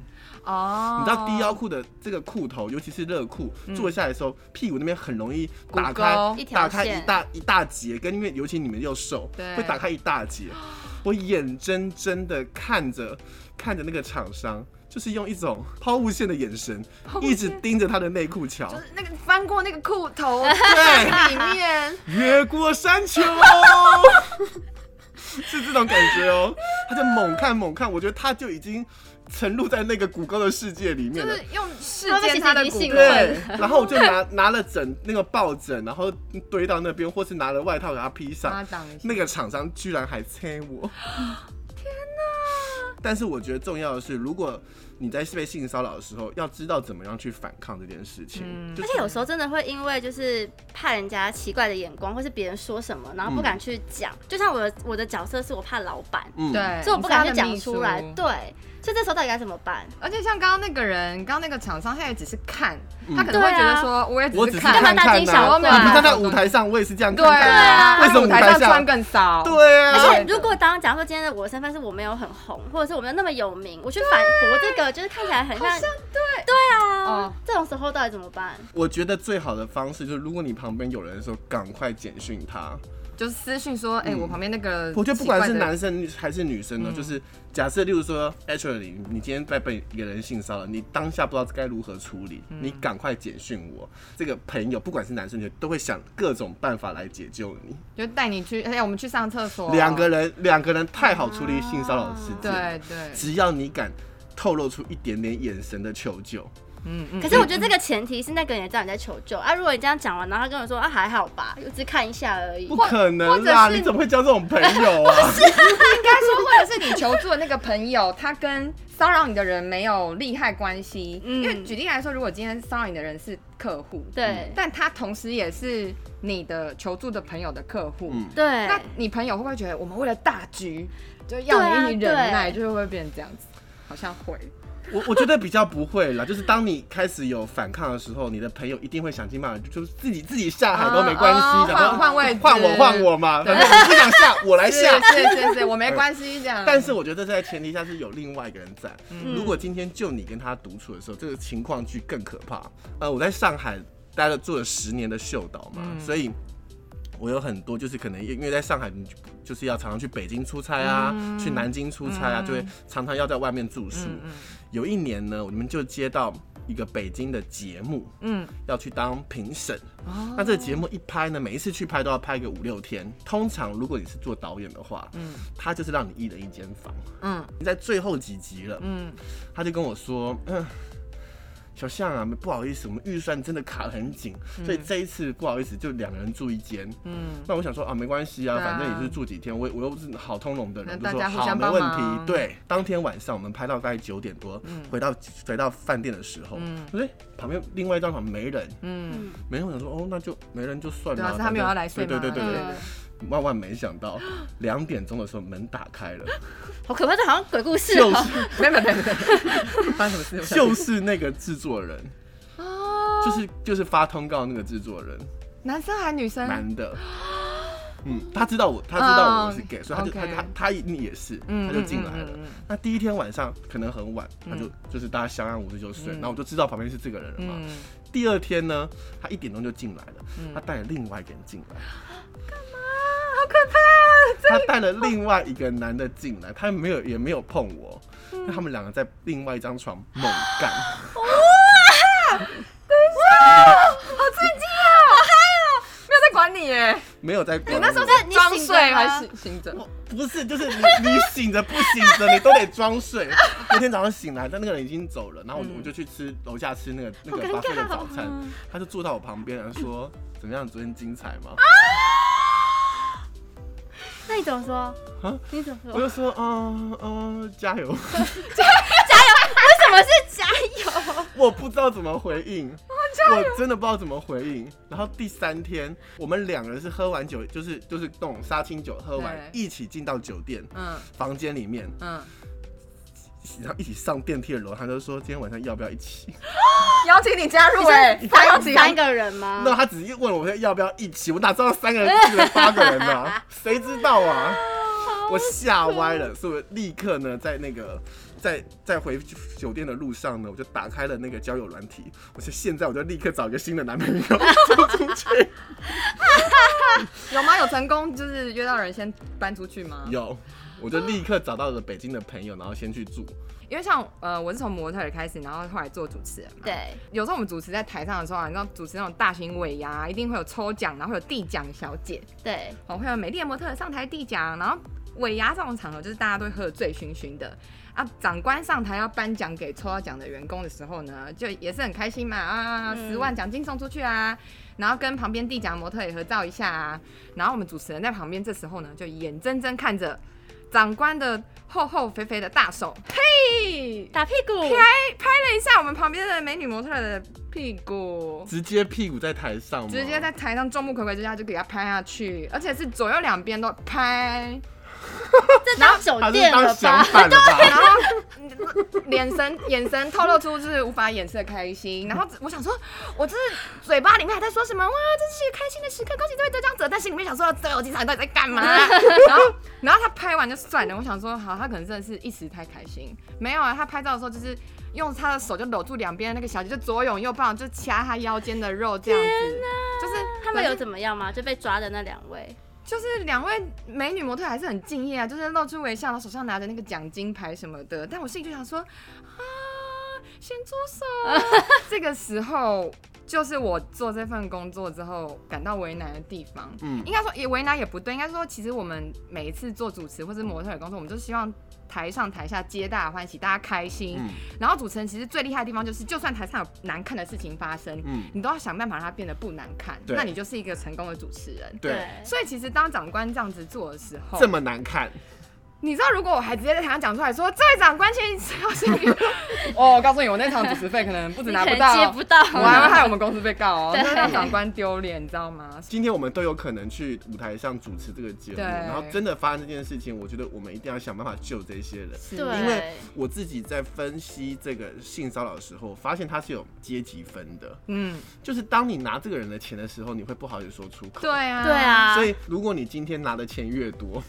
[SPEAKER 1] 哦，
[SPEAKER 3] 你知道低腰裤的这个裤头，尤其是热裤，坐下来的时候，屁股那边很容易打开
[SPEAKER 1] 嗯骨沟
[SPEAKER 2] 一条
[SPEAKER 3] 打开一
[SPEAKER 2] 线
[SPEAKER 3] 大一大截，跟因为尤其你们又瘦
[SPEAKER 1] 对，
[SPEAKER 3] 会打开一大截。我眼睁睁的看着看着那个厂商，就是用一种抛物线的眼神，一直盯着他的内裤瞧
[SPEAKER 1] 就，是那个翻过那个裤 头
[SPEAKER 3] 对，
[SPEAKER 1] 里面，
[SPEAKER 3] 越过山丘， 是这种感觉哦。他就猛看猛看，我觉得他就已经沉入在那个谷歌的世界里
[SPEAKER 1] 就
[SPEAKER 3] 面了
[SPEAKER 1] 是。用视奸他的骨
[SPEAKER 2] 他们其实已经兴奋
[SPEAKER 3] 对，然后我就拿拿了枕那个抱枕，然后堆到那边，或是拿了外套给他披
[SPEAKER 1] 帮他
[SPEAKER 3] 上。
[SPEAKER 1] 挡一下
[SPEAKER 3] 那。个厂商居然还催我，天哪！但是我觉得重要的是，如果你在被性骚扰的时候，要知道怎么样去反抗这件事情。
[SPEAKER 1] 嗯
[SPEAKER 3] 就
[SPEAKER 2] 而
[SPEAKER 3] 是
[SPEAKER 2] 且有时候真的会因为就是怕人家奇怪的眼光，或是别人说什么，然后不敢去讲。
[SPEAKER 1] 嗯
[SPEAKER 2] 就像我的我的角色是我怕老板，
[SPEAKER 3] 嗯
[SPEAKER 1] 对，
[SPEAKER 2] 所以我不敢去讲
[SPEAKER 1] 你是他的
[SPEAKER 2] 出来
[SPEAKER 1] 秘。书
[SPEAKER 2] 对，所以这时候到底该怎么办？
[SPEAKER 1] 而且像刚刚那个人，刚刚那个厂商，他也只是看，
[SPEAKER 3] 嗯
[SPEAKER 1] 他可能会觉
[SPEAKER 2] 对
[SPEAKER 1] 得
[SPEAKER 2] 啊
[SPEAKER 1] 说，我也
[SPEAKER 3] 我
[SPEAKER 1] 只
[SPEAKER 3] 只
[SPEAKER 1] 是
[SPEAKER 3] 是
[SPEAKER 2] 看
[SPEAKER 1] 看，
[SPEAKER 2] 干
[SPEAKER 3] 看
[SPEAKER 2] 嘛大
[SPEAKER 3] 看
[SPEAKER 2] 惊
[SPEAKER 3] 呐、
[SPEAKER 2] 小怪
[SPEAKER 3] 你不站在舞台上，我也是这样看
[SPEAKER 1] 对
[SPEAKER 3] 看
[SPEAKER 1] 啊，
[SPEAKER 3] 为什么
[SPEAKER 1] 舞
[SPEAKER 3] 舞
[SPEAKER 1] 台
[SPEAKER 3] 台
[SPEAKER 1] 上
[SPEAKER 3] 下
[SPEAKER 1] 穿更少？
[SPEAKER 3] 对
[SPEAKER 1] 而
[SPEAKER 3] 啊，
[SPEAKER 1] 且
[SPEAKER 2] 而且如果当假如说今天的我的身份是我没有很红，或者是我没有那么有名，我去反驳这个，就是看起来很像
[SPEAKER 1] 好像
[SPEAKER 2] 对对啊、
[SPEAKER 1] 哦
[SPEAKER 2] 这种时候到底怎么办？
[SPEAKER 3] 我觉得最好的方式就是，如果你旁边有人的时候，赶快简讯他。
[SPEAKER 1] 就是私讯说，哎，
[SPEAKER 3] 嗯
[SPEAKER 1] 我旁边那个，
[SPEAKER 3] 我觉得不管是男，生还是女生呢，就是假设，例如说 H 这里，你今天在被一个人性骚扰，你当下不知道该如何处理，你赶快简讯我。这个朋友不管是男生女，都会想各种办法来解救你。
[SPEAKER 1] 就带你去，哎、我们去上厕所。
[SPEAKER 3] 两个人，两个人太好处理性骚扰事
[SPEAKER 1] 对
[SPEAKER 3] 件，
[SPEAKER 1] 嗯对，
[SPEAKER 3] 只要你敢透露出一点点眼神的求救，
[SPEAKER 1] 嗯嗯。
[SPEAKER 2] 可是我觉得这个前提是那个人也知道你在求救啊。如果你这样讲完，然后他跟我说啊还好吧，就只看一下而已
[SPEAKER 3] 不。可能啦！
[SPEAKER 1] 或者是
[SPEAKER 3] 你怎么会交这种朋友 啊？
[SPEAKER 1] 应该说，或者是你求助的那个朋友，他跟骚扰你的人没有利害关系。
[SPEAKER 2] 嗯
[SPEAKER 1] 因为举例来说，如果今天骚扰你的人是客户，，
[SPEAKER 2] 对
[SPEAKER 1] 但他同时也是你的求助的朋友的客户，
[SPEAKER 3] 嗯
[SPEAKER 2] 对，
[SPEAKER 1] 那你朋友会不会觉得我们为了大局，就要你一起
[SPEAKER 2] 对啊
[SPEAKER 1] 忍
[SPEAKER 2] 对
[SPEAKER 1] 耐，就是会变成这样子？好像会，
[SPEAKER 3] 我我觉得比较不会啦，就是当你开始有反抗的时候，你的朋友一定会想尽办法，就是自己自己下海都没关系，
[SPEAKER 1] 哦哦
[SPEAKER 3] 然后
[SPEAKER 1] 换换位置
[SPEAKER 3] 换我换我嘛，
[SPEAKER 1] 对
[SPEAKER 3] 反正 你不想下我来
[SPEAKER 1] 是
[SPEAKER 3] 下。
[SPEAKER 1] 是是是，我没关系这样。
[SPEAKER 3] 但是我觉得这在前提下是有另外一个人在。
[SPEAKER 2] 嗯
[SPEAKER 3] 如果今天就你跟他独处的时候，这个情况剧更可怕。呃，我在上海待了做了十年的秀导嘛，
[SPEAKER 1] 嗯
[SPEAKER 3] 所以我有很多就是可能因为在上海，你就是要常常去北京出差啊，去南京出差啊，就会常常要在外面住宿。
[SPEAKER 1] 嗯嗯嗯
[SPEAKER 3] 有一年呢，我们就接到一个北京的节目，
[SPEAKER 1] 嗯，
[SPEAKER 3] 要去当评审。
[SPEAKER 1] 哦
[SPEAKER 3] 那这个节目一拍呢，每一次去拍都要拍个五六天。通常如果你是做导演的话，嗯，他就是让你一人一间房。
[SPEAKER 1] 嗯
[SPEAKER 3] 你在最后几集了，
[SPEAKER 1] 嗯，
[SPEAKER 3] 他就跟我说，嗯，小象啊，不好意思，我们预算真的卡得很紧，所以这一次不好意思，就两个人住一间。
[SPEAKER 1] 嗯，
[SPEAKER 3] 那我想说啊，没关系啊，
[SPEAKER 1] 对啊
[SPEAKER 3] 反正也是住几天，我也我又不是好通融的人，
[SPEAKER 1] 那大
[SPEAKER 3] 就说
[SPEAKER 1] 家互
[SPEAKER 3] 好，
[SPEAKER 1] 相
[SPEAKER 3] 没
[SPEAKER 1] 帮
[SPEAKER 3] 问
[SPEAKER 1] 忙嗯
[SPEAKER 3] 题。对，当天晚上我们拍到大概九点多，回到回到饭店的时候，我说哎旁边另外一张床没人，
[SPEAKER 1] 嗯，
[SPEAKER 3] 没人，我想说哦，那就没人就算
[SPEAKER 1] 对
[SPEAKER 3] 了，
[SPEAKER 1] 啊，是他
[SPEAKER 3] 反
[SPEAKER 1] 没有
[SPEAKER 3] 正
[SPEAKER 1] 要来睡吗？
[SPEAKER 3] 对对对对
[SPEAKER 2] 嗯
[SPEAKER 3] 对，万万没 想到，两点钟的时候门打开 了，
[SPEAKER 2] 好可怕，这好像鬼故事
[SPEAKER 3] 就
[SPEAKER 2] 哦。
[SPEAKER 3] 是
[SPEAKER 1] 没有没有没有，没有发生什么事？
[SPEAKER 3] 就是那个制作人，
[SPEAKER 1] 啊
[SPEAKER 3] 就是就是发通告那个制作人，
[SPEAKER 1] 男生还女生？
[SPEAKER 3] 男 的。嗯，他知道我，他知道我是 gay，、所以他就
[SPEAKER 1] 嗯 OK
[SPEAKER 3] 他他他一定也是，
[SPEAKER 1] 嗯
[SPEAKER 3] 他就进来了。
[SPEAKER 1] 嗯嗯嗯嗯
[SPEAKER 3] 那第一天晚上可能很晚，他就、就是大家相安无事就睡，
[SPEAKER 1] 嗯
[SPEAKER 3] 然后我就知道旁边是这个人了嘛。
[SPEAKER 1] 嗯，
[SPEAKER 3] 第二天呢，他一点钟就进来了，他带了另外一个人进来，
[SPEAKER 1] 啊好可怕！
[SPEAKER 3] 他带了另外一个男的进来，他没有也没有碰我，那他们两个在另外一张床猛干。
[SPEAKER 1] 没有在管你耶，
[SPEAKER 3] 没有在管我。
[SPEAKER 1] 那时候
[SPEAKER 2] 那
[SPEAKER 1] 是
[SPEAKER 2] 你
[SPEAKER 1] 装
[SPEAKER 2] 醒着
[SPEAKER 1] 睡还
[SPEAKER 2] 吗
[SPEAKER 1] 是醒着？
[SPEAKER 3] 不是，就是你你醒着不醒着，你都得装睡。那天早上醒来，但那个人已经走了，然后我我就去吃楼下吃那个那个
[SPEAKER 2] 好尴
[SPEAKER 3] 巴
[SPEAKER 2] 尬
[SPEAKER 3] 菲的
[SPEAKER 2] 哦
[SPEAKER 3] 早餐，他就坐到我旁边，然后说：“怎么样，昨天精彩吗
[SPEAKER 2] 那你怎么说？？”
[SPEAKER 3] 啊，
[SPEAKER 2] 你怎么说？
[SPEAKER 3] 我就说：“嗯嗯，加油。
[SPEAKER 2] 为什么是加油？”
[SPEAKER 3] 我不知道怎么回应，我真的不知道怎么回应。然后第三天，我们两个人是喝完酒，就是就是那种杀青酒，喝完
[SPEAKER 1] 对
[SPEAKER 3] 一起进到酒店
[SPEAKER 1] 嗯
[SPEAKER 3] 房间里面，
[SPEAKER 1] 嗯，
[SPEAKER 3] 然后一起上电梯的楼，他就说：“今天晚上要不要一起？”
[SPEAKER 1] 邀请你加入哎，
[SPEAKER 2] 三
[SPEAKER 1] 他邀请
[SPEAKER 2] 三个人吗？
[SPEAKER 3] 那他只是问我说要不要一起，我哪知道三个人四个人八个人呢、谁知道啊？我吓歪了，所以我立刻呢在那个在在回酒店的路上呢，我就打开了那个交友软体，我说现在我就立刻找一个新的男朋友走出去。
[SPEAKER 1] 有吗？有成功就是约到人先搬出去吗？，
[SPEAKER 3] 有，我就立刻找到了北京的朋友，然后先去住。
[SPEAKER 1] 因为像呃，我是从模特儿开始，然后后来做主持人嘛。
[SPEAKER 2] 对，
[SPEAKER 1] 有时候我们主持在台上的时候啊，你知道主持那种大型尾牙，一定会有抽奖，然后会有递奖小姐，
[SPEAKER 2] 对，
[SPEAKER 1] 哦，会有美丽的模特儿上台递奖，然后尾牙这种场合就是大家都会喝得醉醺醺的啊。长官上台要颁奖给抽到奖的员工的时候呢，就也是很开心嘛啊，
[SPEAKER 2] 嗯
[SPEAKER 1] 十万奖金送出去啊，然后跟旁边递奖模特也合照一下啊。然后我们主持人在旁边，这时候呢就眼睁睁看着长官的厚厚肥肥的大手，嘿，
[SPEAKER 2] 打屁股。
[SPEAKER 1] 拍了一下我们旁边的美女模特儿的屁股。
[SPEAKER 3] 直接屁股在台上吗，
[SPEAKER 1] 直接在台上众目睽睽之下就给他拍下去，而且是左右两边都拍，
[SPEAKER 2] 这当酒
[SPEAKER 3] 他是
[SPEAKER 2] 店
[SPEAKER 3] 当
[SPEAKER 2] 了
[SPEAKER 3] 小
[SPEAKER 2] 吧？
[SPEAKER 3] 反了吧？
[SPEAKER 1] 然后眼神眼神透露出就是无法掩饰的开心，然后我想说，我就是嘴巴里面还在说什么哇，这是一个开心的时刻，恭喜这位得奖者，但心里面想说，对我经常到底在干嘛？然后然后他拍完就算了，我想说好，他可能真的是一时太开心，没有啊，他拍照的时候就是。用他的手就搂住两边的那个小姐，就左拥右抱，就掐她腰间的肉这样子，就是
[SPEAKER 2] 他们有怎么样吗？就被抓的那两位，
[SPEAKER 1] 就是两位美女模特还是很敬业啊，就是露出微笑，然后手上拿着那个奖金牌什么的。但我心里就想说，啊，咸猪手， 这个时候就是我做这份工作之后感到为难的地方。
[SPEAKER 3] 嗯
[SPEAKER 1] 应该说也为难也不对，应该说其实我们每一次做主持或是模特的工作，我们就希望台上台下皆大欢喜，大家开心。
[SPEAKER 3] 嗯
[SPEAKER 1] 然后主持人其实最厉害的地方就是，就算台上有难看的事情发生，
[SPEAKER 3] 嗯，
[SPEAKER 1] 你都要想办法让它变得不难看，
[SPEAKER 3] 对
[SPEAKER 1] 那你就是一个成功的主持人。
[SPEAKER 3] 对，
[SPEAKER 1] 所以其实当长官这样子做的时候
[SPEAKER 3] 这，么难看，
[SPEAKER 1] 你知道如果我还直接在台上讲出来说，这位长官请你小心一 点，哦，我告诉你，我那场主持费可能不止
[SPEAKER 2] 你
[SPEAKER 1] 拿
[SPEAKER 2] 可
[SPEAKER 1] 不
[SPEAKER 2] 能接
[SPEAKER 1] 到，哦
[SPEAKER 2] 不到，
[SPEAKER 1] 我还会害我们公司被告哦，
[SPEAKER 2] 对
[SPEAKER 1] 就是让长官丢脸，你知道吗？
[SPEAKER 3] 今天我们都有可能去舞台上主持这个节目，
[SPEAKER 1] 对
[SPEAKER 3] 然后真的发生这件事情，我觉得我们一定要想办法救这些人。
[SPEAKER 1] 是
[SPEAKER 2] 对，
[SPEAKER 3] 因为我自己在分析这个性骚扰的时候，发现它是有阶级分的，
[SPEAKER 1] 嗯，
[SPEAKER 3] 就是当你拿这个人的钱的时候，你会不好意思说出口。
[SPEAKER 1] 对，啊，
[SPEAKER 2] 对，啊，
[SPEAKER 3] 所以如果你今天拿的钱越 多，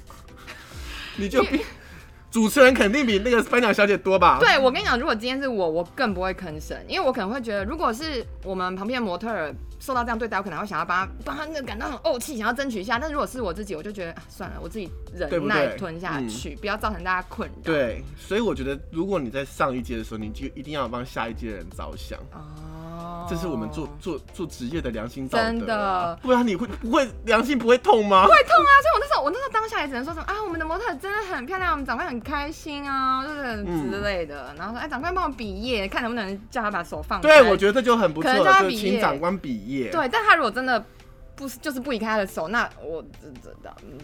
[SPEAKER 3] 你就比 主持人肯定比那个颁奖小姐多吧？，
[SPEAKER 1] 对我跟你讲，如果今天是我，我更不会吭声，因为我可能会觉得，如果是我们旁边的模特儿受到这样对待，我可能会想要帮他帮他那个感到很怄气，想要争取一下。但如果是我自己，我就觉得、啊算了，我自己
[SPEAKER 3] 对
[SPEAKER 1] 忍
[SPEAKER 3] 不
[SPEAKER 1] 耐
[SPEAKER 3] 对嗯
[SPEAKER 1] 吞下去，不要造成大家困扰。
[SPEAKER 3] 对，所以我觉得如果你在上一届的时候，你就一定要帮下一届的人着想。
[SPEAKER 1] 哦，
[SPEAKER 3] 这是我们做做做职业的良心道德、
[SPEAKER 1] 真的，
[SPEAKER 3] 不然你会不会良心不会痛吗？
[SPEAKER 1] 会痛啊！所以我那时候我那时候当下也只能说什么啊，我们的模特真的很漂亮，我们长官很开心啊，就是
[SPEAKER 3] 嗯
[SPEAKER 1] 之类的。然后说，哎，长官帮我比耶，看能不能叫他把手放开。
[SPEAKER 3] 对，我觉得这就很不错
[SPEAKER 1] 可能叫
[SPEAKER 3] 了，
[SPEAKER 1] 他
[SPEAKER 3] 就
[SPEAKER 1] 比
[SPEAKER 3] 是
[SPEAKER 1] 耶
[SPEAKER 3] 请长官比耶。
[SPEAKER 1] 对，但他如果真的不是就是不离开他的手，那我这这这嗯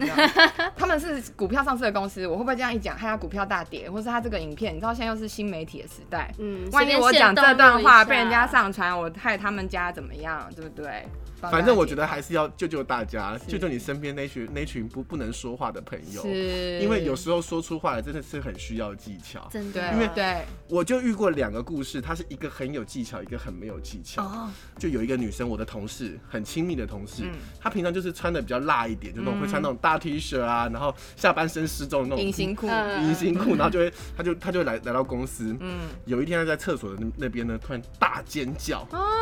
[SPEAKER 1] 你知道 他们是股票上市的公司，我会不会这样一讲，害他股票大跌，或是他这个影片，你知道现在又是新媒体的时代，
[SPEAKER 2] 嗯，
[SPEAKER 1] 万一
[SPEAKER 2] 随便
[SPEAKER 1] 我讲
[SPEAKER 2] 限动
[SPEAKER 1] 这段
[SPEAKER 2] 录一
[SPEAKER 1] 话
[SPEAKER 2] 下
[SPEAKER 1] 被人家，上传，我害他们家怎么样，对不对？帮
[SPEAKER 3] 反
[SPEAKER 1] 大
[SPEAKER 3] 正
[SPEAKER 1] 家
[SPEAKER 3] 我
[SPEAKER 1] 解
[SPEAKER 3] 觉得还是要救救大家，
[SPEAKER 1] 是
[SPEAKER 3] 救救你身边那群那群不不能说话的朋友，
[SPEAKER 1] 是，
[SPEAKER 3] 因为有时候说出话来真的是很需要技巧。
[SPEAKER 2] 真的，
[SPEAKER 1] 对，
[SPEAKER 3] 因为
[SPEAKER 1] 对
[SPEAKER 3] 我就遇过两个故事，它是一个很有技巧，一个很没有技巧。
[SPEAKER 1] 哦，
[SPEAKER 3] 就有一个女生，我的同事，很亲密的同事，
[SPEAKER 1] 嗯
[SPEAKER 3] 她平常就是穿的比较辣一点，就那种会穿那种大 T 恤啊，然后下半身失踪的那种
[SPEAKER 1] 隐形裤，啊
[SPEAKER 2] 嗯
[SPEAKER 3] 隐形裤，然后就会，她就她就来来到公司，
[SPEAKER 1] 嗯，
[SPEAKER 3] 有一天她在厕所的那那边呢，突然大尖叫，
[SPEAKER 1] 啊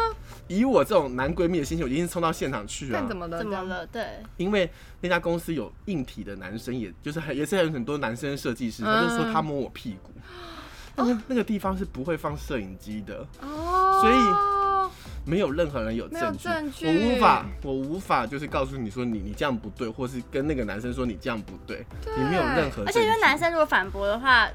[SPEAKER 3] 以我这种男闺蜜的心情，我一定是冲到现场去啊
[SPEAKER 1] 看怎，么了？
[SPEAKER 2] 怎么？了？对，
[SPEAKER 3] 因为那家公司有硬体的男生，也就是很也是有很多男生设计
[SPEAKER 2] 嗯
[SPEAKER 3] 师，他就说他摸我屁股，但是那个地方是不会放摄影机的，
[SPEAKER 1] 哦，
[SPEAKER 3] 所以没有任何人有
[SPEAKER 1] 没有
[SPEAKER 3] 证据，
[SPEAKER 1] 证据
[SPEAKER 3] 我无法，我无法就是告诉你说你你这样不对，或是跟那个男生说你这样不对，你没有任何证据，
[SPEAKER 2] 而且因为男生如果反驳的话，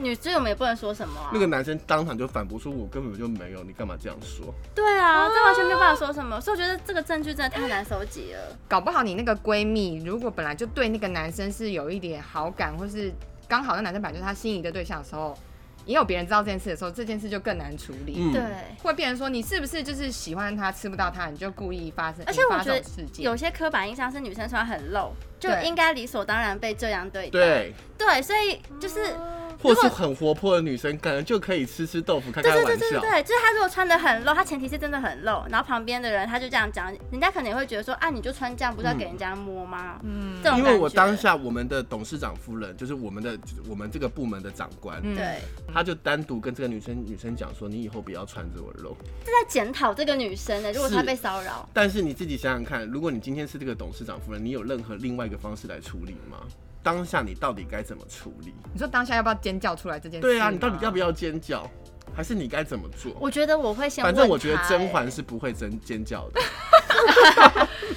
[SPEAKER 2] 女所以我们也不能说什么啊
[SPEAKER 3] 那。个男生当场就反驳说，我根本就没有，你干嘛这样说？
[SPEAKER 2] 对
[SPEAKER 1] 哦
[SPEAKER 2] 啊，这完全没有办法说什么，所以我觉得这个证据真的太难收集了。
[SPEAKER 1] 搞不好你那个闺蜜，如果本来就对那个男生是有一点好感，或是刚好那男生本来就是她心仪的对象的时候，也有别人知道这件事的时候，这件事就更难处理。
[SPEAKER 3] 嗯
[SPEAKER 2] 对，
[SPEAKER 1] 会变成说你是不是就是喜欢他吃不到他，你就故意发生，
[SPEAKER 2] 而且我
[SPEAKER 1] 引发
[SPEAKER 2] 觉
[SPEAKER 1] 这
[SPEAKER 2] 得
[SPEAKER 1] 种事件
[SPEAKER 2] 有些刻板印象是女生穿很露，就
[SPEAKER 1] 对
[SPEAKER 2] 应该理所当然被这样对待。
[SPEAKER 3] 对，
[SPEAKER 2] 对，所以就是。
[SPEAKER 1] 哦
[SPEAKER 3] 或是很活泼的女生，可能就可以吃吃豆腐，开
[SPEAKER 2] 对
[SPEAKER 3] 开
[SPEAKER 2] 对
[SPEAKER 3] 玩笑。
[SPEAKER 2] 对对对对，就是他如果穿的很露，他前提是真的很露，然后旁边的人他就这样讲，人家可能也会觉得说啊，你就穿这样，不是要给人家摸吗？嗯，这种
[SPEAKER 3] 因
[SPEAKER 2] 感
[SPEAKER 3] 为
[SPEAKER 2] 觉
[SPEAKER 3] 我当下我们的董事长夫人，就是我们的我们这个部门的长官，
[SPEAKER 1] 嗯
[SPEAKER 2] 对
[SPEAKER 3] 他就单独跟这个女生女生讲说，你以后不要穿这么露。
[SPEAKER 2] 是在检讨这个女生的，如果她
[SPEAKER 3] 是
[SPEAKER 2] 被骚扰，
[SPEAKER 3] 但是你自己想想看，如果你今天是这个董事长夫人，你有任何另外一个方式来处理吗？当下你到底该怎么处理？
[SPEAKER 1] 你说当下要不要尖叫出来这件事？
[SPEAKER 3] 对啊，你到底要不
[SPEAKER 1] 要？
[SPEAKER 3] 要尖叫？还是你该怎么做？
[SPEAKER 2] 我觉得我会先
[SPEAKER 3] 反
[SPEAKER 2] 问
[SPEAKER 3] 正我觉得
[SPEAKER 2] 她欸
[SPEAKER 3] 甄嬛是不会尖尖叫的。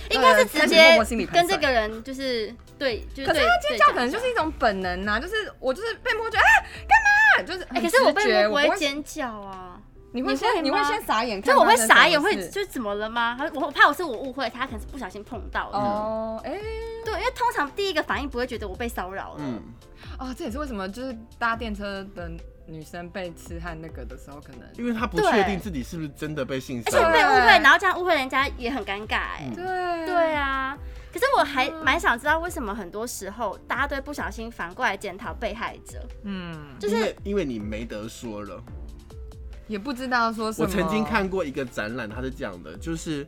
[SPEAKER 2] 应
[SPEAKER 1] 呃
[SPEAKER 2] 该是直接跟这
[SPEAKER 1] 可
[SPEAKER 2] 个人就是对，就是
[SPEAKER 1] 是
[SPEAKER 2] 对
[SPEAKER 1] 他尖叫可
[SPEAKER 2] 对
[SPEAKER 1] 能就是一种本能呐、就是我就是被摸觉得啊干嘛？就是
[SPEAKER 2] 哎、
[SPEAKER 1] 很
[SPEAKER 2] 可
[SPEAKER 1] 直
[SPEAKER 2] 是
[SPEAKER 1] 觉、
[SPEAKER 2] 我被摸不
[SPEAKER 1] 我
[SPEAKER 2] 会，尖叫啊，
[SPEAKER 1] 你会
[SPEAKER 2] 你会吗
[SPEAKER 1] 先你会先傻眼
[SPEAKER 2] 就
[SPEAKER 1] 看
[SPEAKER 2] 我
[SPEAKER 1] 发
[SPEAKER 2] 会
[SPEAKER 1] 生什么事，
[SPEAKER 2] 傻眼，会就是怎么了吗？还是我我怕我是我误会他，可能是不小心碰到的。
[SPEAKER 1] 哦，哎、
[SPEAKER 2] 对，因为通常第一个反应不会觉得我被骚扰了。
[SPEAKER 3] 嗯，
[SPEAKER 1] 哦，这也是为什么就是搭电车的女生被痴汉那个的时候，可能
[SPEAKER 3] 因为他不
[SPEAKER 2] 对
[SPEAKER 3] 确定自己是不是真的被性
[SPEAKER 2] 而
[SPEAKER 3] 骚
[SPEAKER 2] 且
[SPEAKER 3] 扰。
[SPEAKER 2] 被误会，然后这样误会人家也很尴尬哎、
[SPEAKER 3] 嗯
[SPEAKER 1] 对嗯
[SPEAKER 2] 对啊，可是我还蛮想知道为什么很多时候大家都会不小心反过来检讨被害者，
[SPEAKER 1] 嗯，
[SPEAKER 2] 就是
[SPEAKER 3] 因为因为你没得说了。
[SPEAKER 1] 也不知道说什
[SPEAKER 3] 我
[SPEAKER 1] 么。
[SPEAKER 3] 曾经看过一个展览，它是这样的，就是。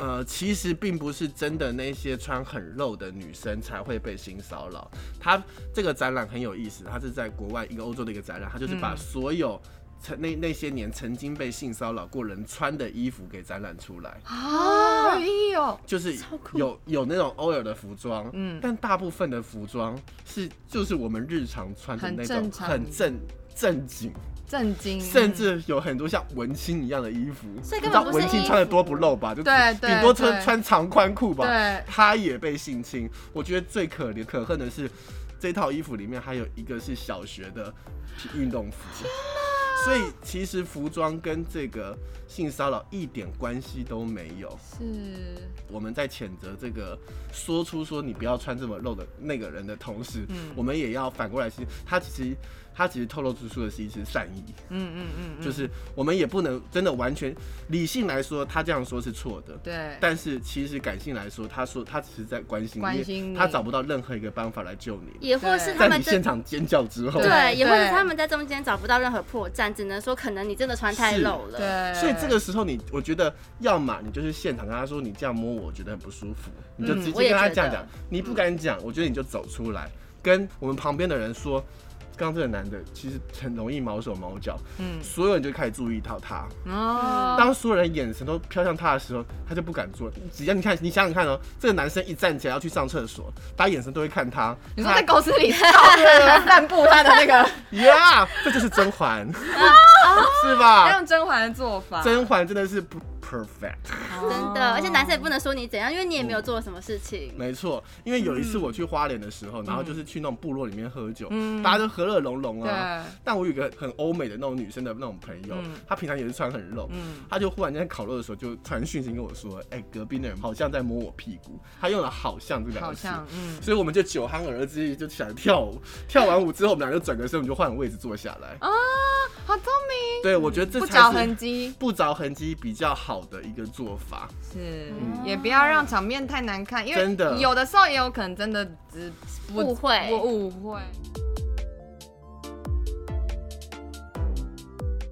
[SPEAKER 3] 呃，其实并不是真的那些穿很露的女生才会被性骚扰。它这个展览很有意思，它是在国外一个欧洲的一个展览，它就是把
[SPEAKER 1] 嗯
[SPEAKER 3] 所有曾那那些年曾经被性骚扰过人穿的衣服给展览出来，
[SPEAKER 1] 啊，好意义哦，
[SPEAKER 3] 就是
[SPEAKER 2] 超酷
[SPEAKER 3] 有有那种 OL 的服装，
[SPEAKER 1] 嗯
[SPEAKER 3] 但大部分的服装是就是我们日常穿的
[SPEAKER 1] 很
[SPEAKER 3] 那种
[SPEAKER 1] 正常
[SPEAKER 3] 很正正经，
[SPEAKER 1] 震惊，
[SPEAKER 3] 甚至有很多像文青一样的衣服，
[SPEAKER 2] 所以
[SPEAKER 3] 你
[SPEAKER 2] 根本
[SPEAKER 3] 知道
[SPEAKER 2] 不是
[SPEAKER 3] 文青
[SPEAKER 2] 衣
[SPEAKER 3] 穿的
[SPEAKER 2] 服
[SPEAKER 3] 多不露吧？就
[SPEAKER 1] 对
[SPEAKER 3] 只
[SPEAKER 1] 对
[SPEAKER 3] 顶多
[SPEAKER 1] 对
[SPEAKER 3] 穿穿长宽裤吧。
[SPEAKER 1] 对
[SPEAKER 3] 他也被性侵，我觉得最可怜可恨的是，这套衣服里面还有一个是小学的运动服。所以其实服装跟这个性骚扰一点关系都没有。
[SPEAKER 1] 是
[SPEAKER 3] 我们在谴责这个说出说你不要穿这么露的那个人的同时，
[SPEAKER 2] 嗯
[SPEAKER 3] 我们也要反过来是，他其实他其实透露出出的是一丝善意。
[SPEAKER 1] 嗯嗯嗯，
[SPEAKER 3] 就
[SPEAKER 1] 嗯
[SPEAKER 3] 是我们也不能真的完全理性来说，他这样说是错的。
[SPEAKER 1] 对，
[SPEAKER 3] 但是其实感性来说，他说他只是在关心
[SPEAKER 1] 关
[SPEAKER 3] 你，
[SPEAKER 1] 心你
[SPEAKER 3] 他找不到任何一个办法来救你。
[SPEAKER 2] 也或是
[SPEAKER 1] 对
[SPEAKER 2] 他
[SPEAKER 3] 在
[SPEAKER 2] 们
[SPEAKER 3] 你
[SPEAKER 2] 真
[SPEAKER 3] 现场尖叫之后，
[SPEAKER 1] 对
[SPEAKER 2] 对，也或者
[SPEAKER 1] 对
[SPEAKER 2] 是他们在中间找不到任何破绽，只能说可能你真的穿太
[SPEAKER 3] 是
[SPEAKER 2] 露
[SPEAKER 1] 嗯
[SPEAKER 2] 了。
[SPEAKER 1] 对，
[SPEAKER 3] 所以这个时候你，我觉得要么你就是现场跟他说你这样摸我，我觉得很不舒服，你就直
[SPEAKER 2] 我也
[SPEAKER 3] 接跟他
[SPEAKER 2] 觉
[SPEAKER 3] 这样
[SPEAKER 2] 得
[SPEAKER 3] 讲。你不敢讲，我觉得你就走出来，跟我们旁边的人说，刚刚这个男的其实很容易毛手毛脚，
[SPEAKER 1] 嗯
[SPEAKER 3] 所有人就开始注意到他。
[SPEAKER 2] 嗯
[SPEAKER 1] 哦，
[SPEAKER 3] 当所有人眼神都飘向他的时候，他就不敢做。只要你看，你想想看哦，这个男生一站起来要去上厕所，大家眼神都会看他。
[SPEAKER 1] 你说在公司里
[SPEAKER 3] 啊
[SPEAKER 1] 散散步他的那 个，
[SPEAKER 3] 呀这就是甄嬛，是吧？
[SPEAKER 1] 用甄嬛的做法，哦
[SPEAKER 3] 甄嬛真的是不 perfect，
[SPEAKER 2] 真
[SPEAKER 3] 哦
[SPEAKER 2] 的，而且男生也不能说你怎样，因为你也没有做什么事情。
[SPEAKER 3] 没错。因为有一次我去花莲的时候，然后就是去那种部落里面喝酒，
[SPEAKER 1] 嗯
[SPEAKER 3] 大家都和乐融融啊。
[SPEAKER 1] 对
[SPEAKER 3] 但我有一个很欧美的那种女生的那种朋友，
[SPEAKER 1] 嗯
[SPEAKER 3] 她平常也是穿很露，
[SPEAKER 1] 嗯
[SPEAKER 3] 她就忽然间在烤肉的时候就传讯息跟我说：“哎、隔壁那人好像在摸我屁股。”她用了“好像”这两
[SPEAKER 1] 好
[SPEAKER 3] 个字，
[SPEAKER 1] 像嗯
[SPEAKER 3] 所以我们就酒酣耳热之际就想跳舞，跳完舞之后我们俩就转个身，我们就换位置坐下来。
[SPEAKER 1] 啊，好聪明，
[SPEAKER 3] 对，我觉得这
[SPEAKER 1] 不
[SPEAKER 3] 才
[SPEAKER 1] 着
[SPEAKER 3] 是
[SPEAKER 1] 痕迹，
[SPEAKER 3] 不着痕迹比较好的一个做法。
[SPEAKER 1] 是也不要让场面太难看，因为
[SPEAKER 3] 真的
[SPEAKER 1] 有的时候也有可能真的只不
[SPEAKER 2] 误会
[SPEAKER 1] 我误会。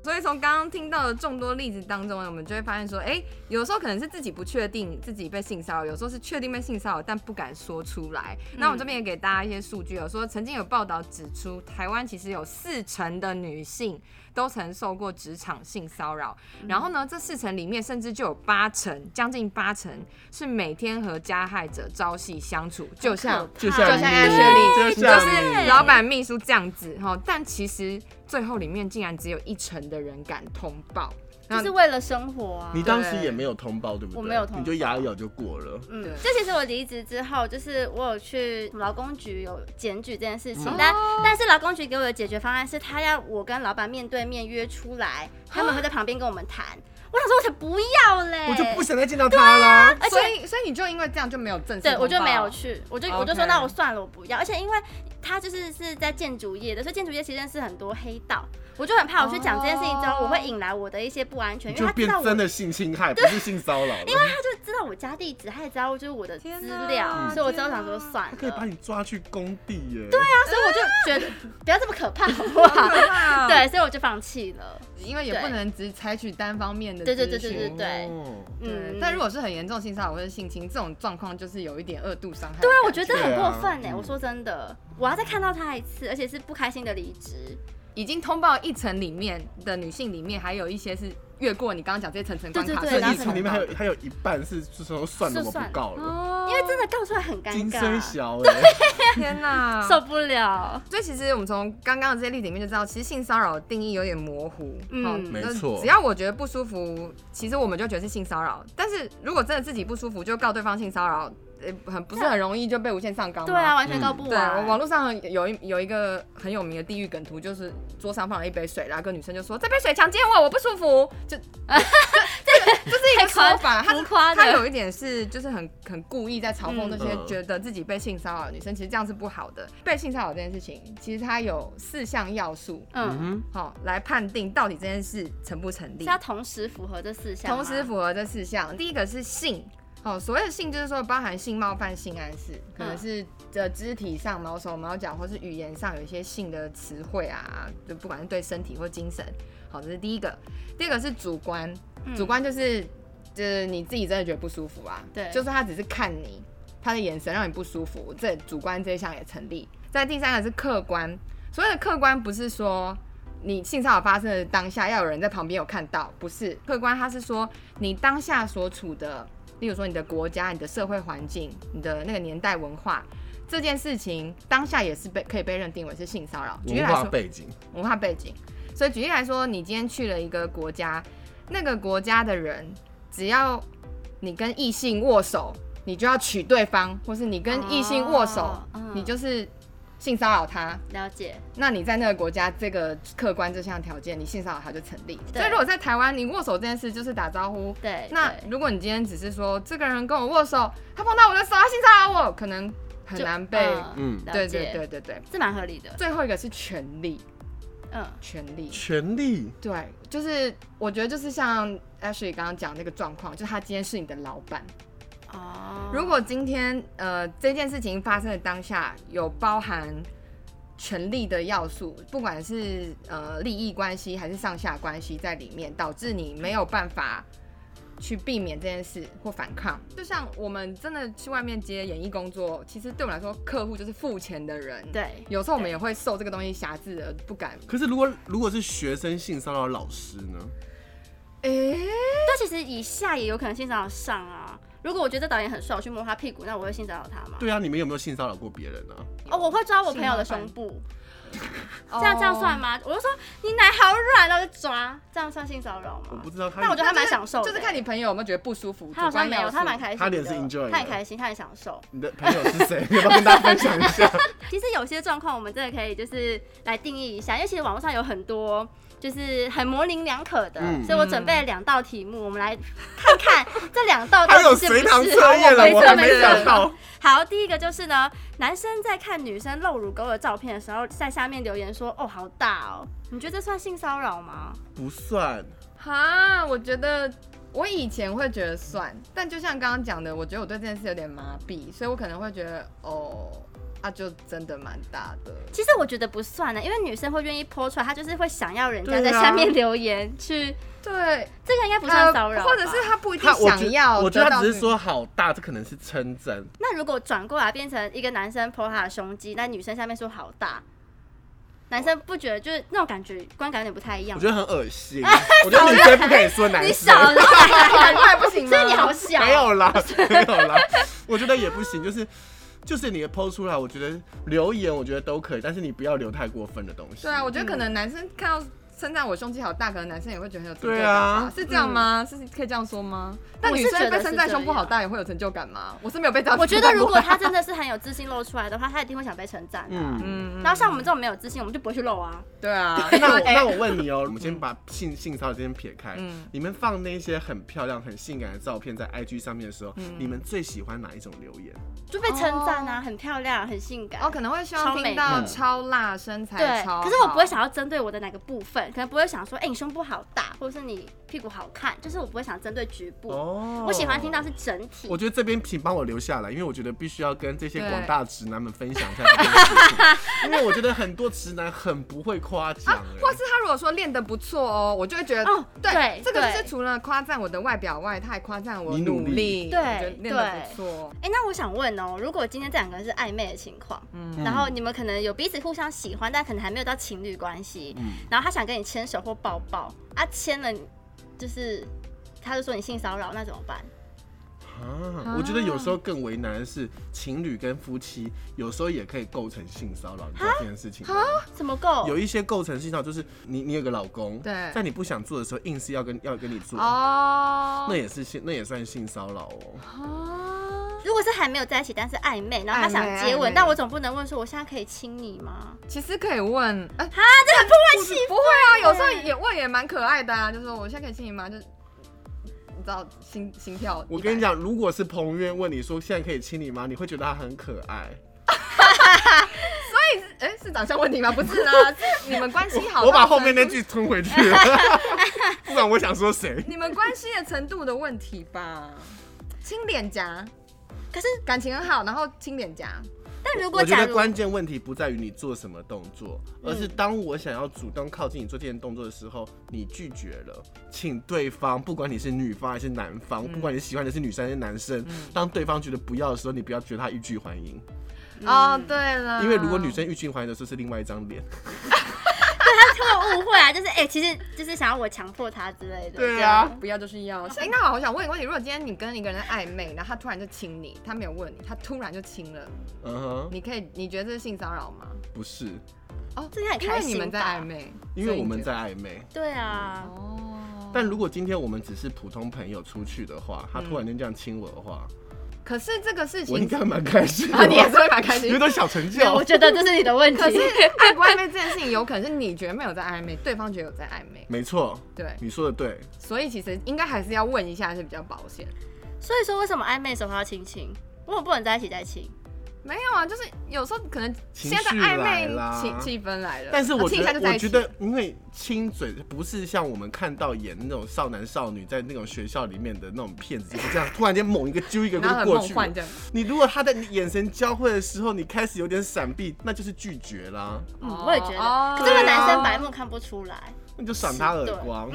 [SPEAKER 1] 所以从刚刚听到的众多例子当中呢，我们就会发现说，哎、有时候可能是自己不确定自己被性骚扰，有时候是确定被性骚扰但不敢说出来。
[SPEAKER 2] 嗯
[SPEAKER 1] 那我们这边也给大家一些数据哦，说曾经有报道指出，台湾其实有四成的女性都曾受过职场性骚扰，
[SPEAKER 2] 嗯
[SPEAKER 1] 然后呢，这四成里面甚至就有八成，将近八成是每天和加害者朝夕相处，就像
[SPEAKER 3] 就
[SPEAKER 2] 好
[SPEAKER 3] 像
[SPEAKER 1] 就
[SPEAKER 3] 你
[SPEAKER 1] 像 Ashley，
[SPEAKER 3] 就
[SPEAKER 1] 你
[SPEAKER 3] 像
[SPEAKER 1] 就是
[SPEAKER 3] 你
[SPEAKER 1] 老板秘书这样子哈，但其实最后里面竟然只有一成的人敢通报，那
[SPEAKER 2] 就是为了生活啊。
[SPEAKER 3] 你当时也没有通报，对不对？
[SPEAKER 2] 我没有通报
[SPEAKER 3] 你就咬一咬就过了。
[SPEAKER 2] 嗯
[SPEAKER 1] 对，
[SPEAKER 2] 就其实我离职之后，就是我有去劳工局有检举这件事情，
[SPEAKER 3] 嗯
[SPEAKER 2] 但
[SPEAKER 3] 哦
[SPEAKER 2] 但是劳工局给我的解决方案是，他要我跟老板面对面约出来，他们会在旁边跟我们谈。我想说，我才不要嘞，
[SPEAKER 3] 啊我就不想再见到
[SPEAKER 1] 啊
[SPEAKER 3] 他啊啦。
[SPEAKER 2] 而且
[SPEAKER 1] 所以所以你就因为这样就没有正式通
[SPEAKER 2] 对，
[SPEAKER 1] 报，啊
[SPEAKER 2] 我就没 有去，我就我就
[SPEAKER 1] 哦 OK
[SPEAKER 2] 说那我算了，我不要。而且因为他就是是在建筑
[SPEAKER 1] 哦
[SPEAKER 2] 业的，所以建筑业其实认识很多黑道，我就很怕我去讲这件事情之后，
[SPEAKER 1] 哦
[SPEAKER 2] 我会引来我的一些不安全，
[SPEAKER 3] 你
[SPEAKER 2] 因为
[SPEAKER 3] 就
[SPEAKER 2] 他知
[SPEAKER 3] 变
[SPEAKER 2] 道我，
[SPEAKER 3] 真的性侵害，不是性骚扰了。
[SPEAKER 2] 他就知道我家地址，他也知道就是我的资
[SPEAKER 1] 天
[SPEAKER 2] 料
[SPEAKER 1] 哪，
[SPEAKER 2] 所以我之后
[SPEAKER 1] 天哪
[SPEAKER 2] 想说算
[SPEAKER 3] 他
[SPEAKER 2] 了，
[SPEAKER 3] 可以把
[SPEAKER 2] 对
[SPEAKER 3] 你抓去工地耶。对啊，
[SPEAKER 2] 啊，所以我就觉得不要这么可怕，好 不好？
[SPEAKER 1] 怕
[SPEAKER 2] 对，所以我就放弃了。
[SPEAKER 1] 因为也不能只采取单方面的
[SPEAKER 2] 对对
[SPEAKER 1] 资
[SPEAKER 2] 对
[SPEAKER 1] 讯
[SPEAKER 2] 对对
[SPEAKER 1] 对
[SPEAKER 3] 哦
[SPEAKER 2] 嗯，
[SPEAKER 1] 但如果是很严重性骚扰或者性侵这种状况，就是有一点二度伤害。
[SPEAKER 2] 对
[SPEAKER 1] 对
[SPEAKER 2] 啊，我觉得很
[SPEAKER 3] 对
[SPEAKER 2] 过
[SPEAKER 3] 啊
[SPEAKER 2] 分呢。
[SPEAKER 3] 嗯
[SPEAKER 2] 我说真的，我要再看到他一次，而且是不开心的离职。
[SPEAKER 1] 已经通报一层里面的女性里面，还有一些是越过你刚刚讲这些层层关卡，
[SPEAKER 2] 对
[SPEAKER 3] 所
[SPEAKER 2] 对对
[SPEAKER 1] 所以
[SPEAKER 3] 以
[SPEAKER 1] 你
[SPEAKER 2] 然
[SPEAKER 3] 疫
[SPEAKER 2] 后
[SPEAKER 3] 情里面还有还有一半是是说算了，
[SPEAKER 2] 是
[SPEAKER 3] 我不
[SPEAKER 2] 算了
[SPEAKER 3] 告了，
[SPEAKER 1] 哦
[SPEAKER 2] 因为真的告出来很尴
[SPEAKER 3] 金生
[SPEAKER 2] 尬，
[SPEAKER 3] 小哎。
[SPEAKER 1] 天哪，
[SPEAKER 2] 受不了。
[SPEAKER 1] 所以其实我们从刚刚的这些例子里面就知道，其实性骚扰的定义有点模糊。
[SPEAKER 2] 嗯
[SPEAKER 1] 哦
[SPEAKER 2] 没
[SPEAKER 1] 就是
[SPEAKER 3] 错
[SPEAKER 1] 只要我觉得不舒服，其实我们就觉得是性骚扰。但是如果真的自己不舒服，就告对方性骚扰，呃，很不是很容易就被无限上纲吗
[SPEAKER 2] 对啊，。完全告
[SPEAKER 3] 嗯
[SPEAKER 2] 不
[SPEAKER 1] 对，
[SPEAKER 2] 完。
[SPEAKER 1] 网络上有一有一个很有名的地狱梗图，就是桌上放了一杯水，然后一个女生就说这杯水强奸我，我不舒服，就 这这这 是一个说法，她
[SPEAKER 2] 浮夸
[SPEAKER 1] 他
[SPEAKER 2] 的，
[SPEAKER 1] 有一点是，就是很很故意在嘲讽那些
[SPEAKER 3] 嗯
[SPEAKER 1] 觉得自己被性骚扰的女生，其实这样是不好的。被性骚扰这件事情，其实它有四项要素，
[SPEAKER 2] 嗯，
[SPEAKER 3] 嗯，
[SPEAKER 1] 好、来判定到底这件事成不成
[SPEAKER 2] 是
[SPEAKER 1] 立
[SPEAKER 2] 要。同时符合这四项吗，
[SPEAKER 1] 同时符合这四项，第一个是性。哦，所谓的性就是说包含性冒犯、性暗示，
[SPEAKER 2] 嗯
[SPEAKER 1] 可能是呃肢体上毛手毛脚，或是语言上有一些性的词汇啊，就不管是对身体或精神。好，这是第一个。第二个是主观，
[SPEAKER 2] 嗯
[SPEAKER 1] 主观就是就是你自己真的觉得不舒服啊，
[SPEAKER 2] 对
[SPEAKER 1] 就是他只是看你，他的眼神让你不舒服，这主观这一项也成立。再第三个是客观，所谓的客观不是说你性骚扰发生的当下，要有人在旁边有看到，不是客观，他是说你当下所处的，例如说你的国家、你的社会环境、你的那个年代文化。这件事情当下也是被可以被认定为是性骚扰。举例
[SPEAKER 3] 文
[SPEAKER 1] 来
[SPEAKER 3] 化
[SPEAKER 1] 说，
[SPEAKER 3] 背景，
[SPEAKER 1] 文化背景。所以举例来说，你今天去了一个国家，那个国家的人，只要你跟异性握手，你就要娶对方，或是你跟异性握手，
[SPEAKER 2] 哦嗯
[SPEAKER 1] 你就是性骚扰他。
[SPEAKER 2] 了解，
[SPEAKER 1] 那你在那个国家这个客观这项条件，你性骚扰他就成立。
[SPEAKER 2] 对
[SPEAKER 1] 所以如果在台湾，你握手这件事就是打招呼。
[SPEAKER 2] 对，
[SPEAKER 1] 那
[SPEAKER 2] 对
[SPEAKER 1] 如果你今天只是说这个人跟我握手，他碰到我的手，他性骚扰我，可能很
[SPEAKER 2] 就
[SPEAKER 1] 难被。
[SPEAKER 3] 嗯
[SPEAKER 2] 了
[SPEAKER 1] 对
[SPEAKER 2] 解
[SPEAKER 1] 对对对对。
[SPEAKER 2] 这蛮合理的，
[SPEAKER 1] 最后一个是权利，
[SPEAKER 2] 嗯，
[SPEAKER 1] 权利。
[SPEAKER 3] 权力
[SPEAKER 1] 对，就是我觉得就是像 Ashley 刚刚讲那个状况，就是他今天是你的老板。
[SPEAKER 2] 哦，
[SPEAKER 1] 如果今天呃这件事情发生的当下有包含权力的要素，不管是呃利益关系还是上下关系在里面，导致你没有办法。去避免这件事或反抗，就像我们真的去外面接演艺工作，其实对我们来说，客户就是付钱的人。，
[SPEAKER 2] 对，
[SPEAKER 1] 有时候我们也会受这个东西辖制而不敢。
[SPEAKER 3] 可是如果如果是学生性骚扰老师呢？
[SPEAKER 1] 诶、
[SPEAKER 2] 但其实以下也有可能性骚扰上啊。如果我觉得这导演很帅，我去摸他屁股，那我会性骚扰他吗？
[SPEAKER 3] 对啊，你们有没有性骚扰过别人啊？
[SPEAKER 2] 哦，我会抓我朋友的
[SPEAKER 1] 性麻
[SPEAKER 2] 胸
[SPEAKER 1] 烦
[SPEAKER 2] 部，
[SPEAKER 1] 哦
[SPEAKER 2] 这样这样算吗？我就说你奶好软，然后就抓，这样算性骚扰
[SPEAKER 3] 我
[SPEAKER 2] 吗
[SPEAKER 3] 不？知道他。
[SPEAKER 2] 那我觉得他
[SPEAKER 1] 那
[SPEAKER 2] 蛮
[SPEAKER 1] 就是
[SPEAKER 2] 享受的
[SPEAKER 1] 就是看你朋友有没有觉得不舒服。
[SPEAKER 2] 他好
[SPEAKER 1] 主观
[SPEAKER 2] 像没有，
[SPEAKER 1] 描述
[SPEAKER 2] 他蛮开心的，
[SPEAKER 3] 他脸是 enjoy 的
[SPEAKER 2] 他很开心，他很享受。
[SPEAKER 3] 你的朋友是谁？ 要不要跟大家分享一下？
[SPEAKER 2] 其实有些状况，我们真的可以就是来定义一下，因为其实网络上有很多就是很模棱两可的，
[SPEAKER 3] 嗯
[SPEAKER 2] 所以我准备了两道题目，我们来看看这两道到
[SPEAKER 3] 还有
[SPEAKER 2] 底是不
[SPEAKER 3] 随
[SPEAKER 2] 是啊
[SPEAKER 3] 堂测 验了，
[SPEAKER 2] 没
[SPEAKER 3] 我
[SPEAKER 2] 错
[SPEAKER 3] 还
[SPEAKER 2] 没
[SPEAKER 3] 没
[SPEAKER 2] 错
[SPEAKER 3] 想到。
[SPEAKER 2] 好，第一个就是呢，男生在看女生露乳沟的照片的时候，在下面留言说：“哦，好大哦。”你觉得这算性骚扰吗？
[SPEAKER 3] 不算，
[SPEAKER 1] 哈，我觉得我以前会觉得算，但就像刚刚讲的，我觉得我对这件事有点麻痹，所以我可能会觉得哦，啊，就真的蛮大的。
[SPEAKER 2] 其实我觉得不算啊呢，因为女生会愿意泼出来，她就是会想要人家
[SPEAKER 3] 对啊
[SPEAKER 2] 在下面留言、去，
[SPEAKER 1] 对，
[SPEAKER 2] 这个应该不算
[SPEAKER 1] 呃
[SPEAKER 2] 骚扰吧、
[SPEAKER 1] 或者是他不一定
[SPEAKER 3] 他我觉
[SPEAKER 1] 想要
[SPEAKER 3] 我觉得
[SPEAKER 1] 得
[SPEAKER 3] 他
[SPEAKER 1] 到
[SPEAKER 3] 只是
[SPEAKER 1] 这
[SPEAKER 3] 说好大，这可能是称赞。
[SPEAKER 2] 那如果转过来变成一个男生剖他的胸肌，那女生下面说好大，男生不觉得就是那种感觉观感有点不太一样
[SPEAKER 3] 我觉。得很恶心。我觉得女生不可以说男
[SPEAKER 2] 你
[SPEAKER 3] 生
[SPEAKER 2] 少，了，
[SPEAKER 1] 个，难怪哎不行吗。
[SPEAKER 2] 所以你好小。
[SPEAKER 3] 没有啦，没有啦。我觉得也不行，就是就是你的剖出来，我觉得留言我觉得都可以，但是你不要留太过分的东西。
[SPEAKER 1] 对啊，我觉得可能男生看到。称赞我胸肌好大，可能男生也会觉得很有成就
[SPEAKER 3] 对
[SPEAKER 1] 感
[SPEAKER 3] 啊
[SPEAKER 1] 吧？是这样吗？是可以这样说吗？但
[SPEAKER 2] 嗯我是
[SPEAKER 1] 女
[SPEAKER 2] 觉
[SPEAKER 1] 生
[SPEAKER 2] 得
[SPEAKER 1] 被
[SPEAKER 2] 是
[SPEAKER 1] 称赞
[SPEAKER 2] 这
[SPEAKER 1] 胸部
[SPEAKER 2] 样
[SPEAKER 1] 好大也会有成就感吗？我是没有被这样
[SPEAKER 2] 我
[SPEAKER 1] 称
[SPEAKER 2] 觉
[SPEAKER 1] 赞
[SPEAKER 2] 得如
[SPEAKER 1] 过
[SPEAKER 2] 果他真的是很有自信露出来的话，他一定会想被称赞的、
[SPEAKER 3] 嗯。
[SPEAKER 1] 嗯，
[SPEAKER 2] 然后像我们这种没有自信，我们就不会去露啊。
[SPEAKER 1] 对啊，
[SPEAKER 3] 那我
[SPEAKER 1] 哎
[SPEAKER 3] 那我问你哦，我们先把性性骚扰这边撇开，
[SPEAKER 1] 嗯
[SPEAKER 3] 你们放那些很漂亮、很性感的照片在 IG 上面的时候，你们最喜欢哪一种留言？
[SPEAKER 2] 就被称赞啊，很漂亮，很性感。
[SPEAKER 1] 哦，可能会希
[SPEAKER 2] 超
[SPEAKER 1] 望
[SPEAKER 2] 美
[SPEAKER 1] 听到
[SPEAKER 3] 嗯
[SPEAKER 1] 超辣身材
[SPEAKER 2] 对，
[SPEAKER 1] 超好。
[SPEAKER 2] 可是我不会想要针对我的哪个部分，可能不会想说，哎、你胸部好大，或者是你屁股好看，就是我不会想针对局部。
[SPEAKER 3] 哦
[SPEAKER 2] 我喜欢听到。是整体
[SPEAKER 3] 我。觉得这边请帮我留下来，因为我觉得必须要跟这些
[SPEAKER 1] 对
[SPEAKER 3] 广大直男们分享一下这件事情，因为我觉得很多直男很不会夸奖、
[SPEAKER 1] 啊，
[SPEAKER 3] 欸
[SPEAKER 1] 或是他如果说练得不错哦，我就会觉得
[SPEAKER 2] 哦
[SPEAKER 1] 对，
[SPEAKER 2] 对
[SPEAKER 1] 这个就
[SPEAKER 2] 对
[SPEAKER 1] 是除了夸赞我的外表外，他还夸赞我
[SPEAKER 3] 你努
[SPEAKER 1] 努
[SPEAKER 3] 力
[SPEAKER 1] 力，
[SPEAKER 2] 对
[SPEAKER 1] 我觉得练得不错。
[SPEAKER 2] 哎、那我想问哦，如果今天这两个人是暧昧的情况，
[SPEAKER 1] 嗯
[SPEAKER 2] 然后你们可能有彼此互相喜欢，但可能还没有到情侣关系，
[SPEAKER 3] 嗯
[SPEAKER 2] 然后他想跟你牵手或抱抱，啊，牵了你就是他就说你性骚扰，那怎么办？
[SPEAKER 3] 啊，我觉得有时候更为难的是，情侣跟夫妻有时候也可以构成性骚扰，你知道这件事情吗？
[SPEAKER 1] 哦
[SPEAKER 2] 怎么够？
[SPEAKER 3] 有一些构成性骚扰，就是你你有个老公，
[SPEAKER 1] 对
[SPEAKER 3] 在你不想做的时候，硬是要跟要跟你做，
[SPEAKER 1] 哦
[SPEAKER 3] 那，也是性，那也算性骚扰哦。
[SPEAKER 1] 啊
[SPEAKER 2] 如果是还没有在一起，但是暧昧，然后他想
[SPEAKER 1] 暧昧
[SPEAKER 2] 接
[SPEAKER 1] 暧
[SPEAKER 2] 吻
[SPEAKER 1] 昧，啊
[SPEAKER 2] 但我总不能问说我现在可以亲你吗？
[SPEAKER 1] 其实可以问，哎、
[SPEAKER 2] 不会
[SPEAKER 1] 不会啊，有时候
[SPEAKER 2] 耶
[SPEAKER 1] 也问也蛮可爱的啊，就说我现在可以亲你吗？就你知道心心跳，
[SPEAKER 3] 我跟你，讲，如果是彭于晏问你说现在可以亲你吗，你会觉得他很可爱。
[SPEAKER 1] 哎、是长相问题吗？不是啊，是你们关系好，
[SPEAKER 3] 我把后面那。句吞回去了，不然我想说谁？
[SPEAKER 1] 你们关系的程度的问题吧，亲脸颊，
[SPEAKER 2] 可是
[SPEAKER 1] 感情很好，然后亲脸颊，
[SPEAKER 2] 但如果
[SPEAKER 3] 我觉
[SPEAKER 2] 假
[SPEAKER 3] 得
[SPEAKER 2] 如
[SPEAKER 3] 关键问题不在于你做什么动作，
[SPEAKER 1] 嗯
[SPEAKER 3] 而是当我想要主动靠近你做这件动作的时候，你拒绝了，请对方，不管你是女方还是男方，
[SPEAKER 1] 嗯
[SPEAKER 3] 不管你喜欢的是女生还是男生，当对方觉得不要的时候，你不要觉得他欲拒还迎，嗯
[SPEAKER 1] 哦，对了，
[SPEAKER 3] 因为如果女生欲拒还迎的时候是另外一张脸，
[SPEAKER 2] 我误会啊，就是哎、其实就是想要我强迫他之类的。
[SPEAKER 3] 对
[SPEAKER 2] 这样
[SPEAKER 3] 啊，
[SPEAKER 1] 不要就是要。哎、那我好想问一个问题：如果今天你跟一个人暧昧，然后他突然就亲你，他没有问你，他突然就亲了，
[SPEAKER 3] 嗯哼，
[SPEAKER 1] 你可以？你觉得这是性骚扰吗？
[SPEAKER 3] 不是，
[SPEAKER 1] 哦，
[SPEAKER 2] 这应该很
[SPEAKER 1] 因为
[SPEAKER 2] 开心吧
[SPEAKER 1] 你们在暧昧，
[SPEAKER 3] 因
[SPEAKER 1] 所
[SPEAKER 3] 为
[SPEAKER 1] 以
[SPEAKER 3] 我们
[SPEAKER 1] 你觉
[SPEAKER 3] 在
[SPEAKER 1] 得
[SPEAKER 3] 暧昧。
[SPEAKER 2] 对啊，
[SPEAKER 1] 哦。
[SPEAKER 3] 但如果今天我们只是普通朋友出去的话，他突然间这样亲我的话，
[SPEAKER 1] 可是这个事
[SPEAKER 3] 我应
[SPEAKER 1] 情
[SPEAKER 3] 该蛮开心的吧。
[SPEAKER 1] 嗯啊，你也是会蛮 开
[SPEAKER 3] 有
[SPEAKER 1] 心。
[SPEAKER 3] 点小成
[SPEAKER 2] 对，我
[SPEAKER 3] 就。
[SPEAKER 2] 觉得这是你的问题。
[SPEAKER 1] 可是暧不暧昧这件事情，有可能是你觉得没有在暧昧，对方觉得有在暧昧，
[SPEAKER 3] 没错，
[SPEAKER 1] 对，
[SPEAKER 3] 你说的对。
[SPEAKER 1] 所以其实应该还是要问一下是比较保险。
[SPEAKER 2] 所以说，为什么暧昧的时候要亲亲？为什么不能在一起再亲？
[SPEAKER 1] 没有啊，就是有时候可能
[SPEAKER 3] 情
[SPEAKER 1] 现在
[SPEAKER 3] 绪
[SPEAKER 1] 暧
[SPEAKER 3] 来
[SPEAKER 1] 昧
[SPEAKER 3] 啦
[SPEAKER 1] 气气氛来了，
[SPEAKER 3] 但是我
[SPEAKER 1] 啊亲
[SPEAKER 3] 觉
[SPEAKER 1] 一下就
[SPEAKER 3] 得，
[SPEAKER 1] 在
[SPEAKER 3] 我
[SPEAKER 1] 一起
[SPEAKER 3] 觉得，因为亲嘴不是像我们看到演那种少男少女在那种学校里面的那种骗子，就是这样突然间猛一个揪一个
[SPEAKER 1] 然后
[SPEAKER 3] 就
[SPEAKER 1] 很
[SPEAKER 3] 过
[SPEAKER 1] 梦
[SPEAKER 3] 去。
[SPEAKER 1] 幻这样。
[SPEAKER 3] 你如果他在你眼神交汇的时候，你开始有点闪避，那就是拒绝啦，
[SPEAKER 2] 嗯，我也觉
[SPEAKER 1] 哦
[SPEAKER 2] 得。可是这个男
[SPEAKER 1] 对
[SPEAKER 2] 生
[SPEAKER 1] 啊
[SPEAKER 2] 白目看不出来。
[SPEAKER 3] 那你就赏他耳光。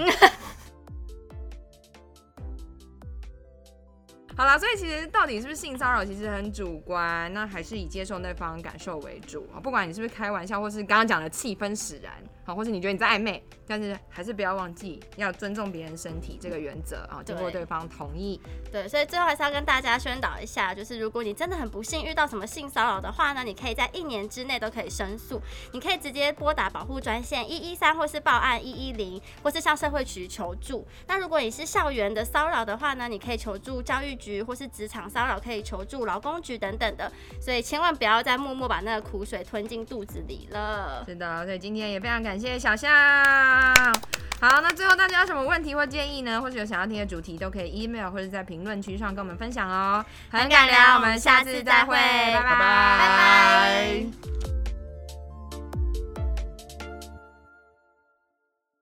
[SPEAKER 1] 好啦，所以其实到底是不是性骚扰，其实很主观，那还是以接受那方感受为主啊。不管你是不是开玩笑，或是刚刚讲的气氛使然，好，或是你觉得你在暧昧，但是还是不要忘记要尊重别人身体这个原则啊，经过
[SPEAKER 2] 对
[SPEAKER 1] 对方同意。
[SPEAKER 2] 对，所以最后还是要跟大家宣导一下，就是如果你真的很不幸遇到什么性骚扰的话呢，你可以在一年之内都可以申诉，你可以直接拨打保护专线一一三，或是报案一一零，或是向社会局求助。那如果你是校园的骚扰的话呢，你可以求助教育局，或是职场骚扰可以求助劳工局等等的。所以千万不要再默默把那个苦水吞进肚子里了。
[SPEAKER 1] 是的，所以今天也非常感谢小象。好，那最后大家有什么问题或建议呢？或者有想要听的主题，都可以 email 或者在评论区上跟我们分享哦。很感聊，我们下次再会，拜
[SPEAKER 2] 拜
[SPEAKER 1] 拜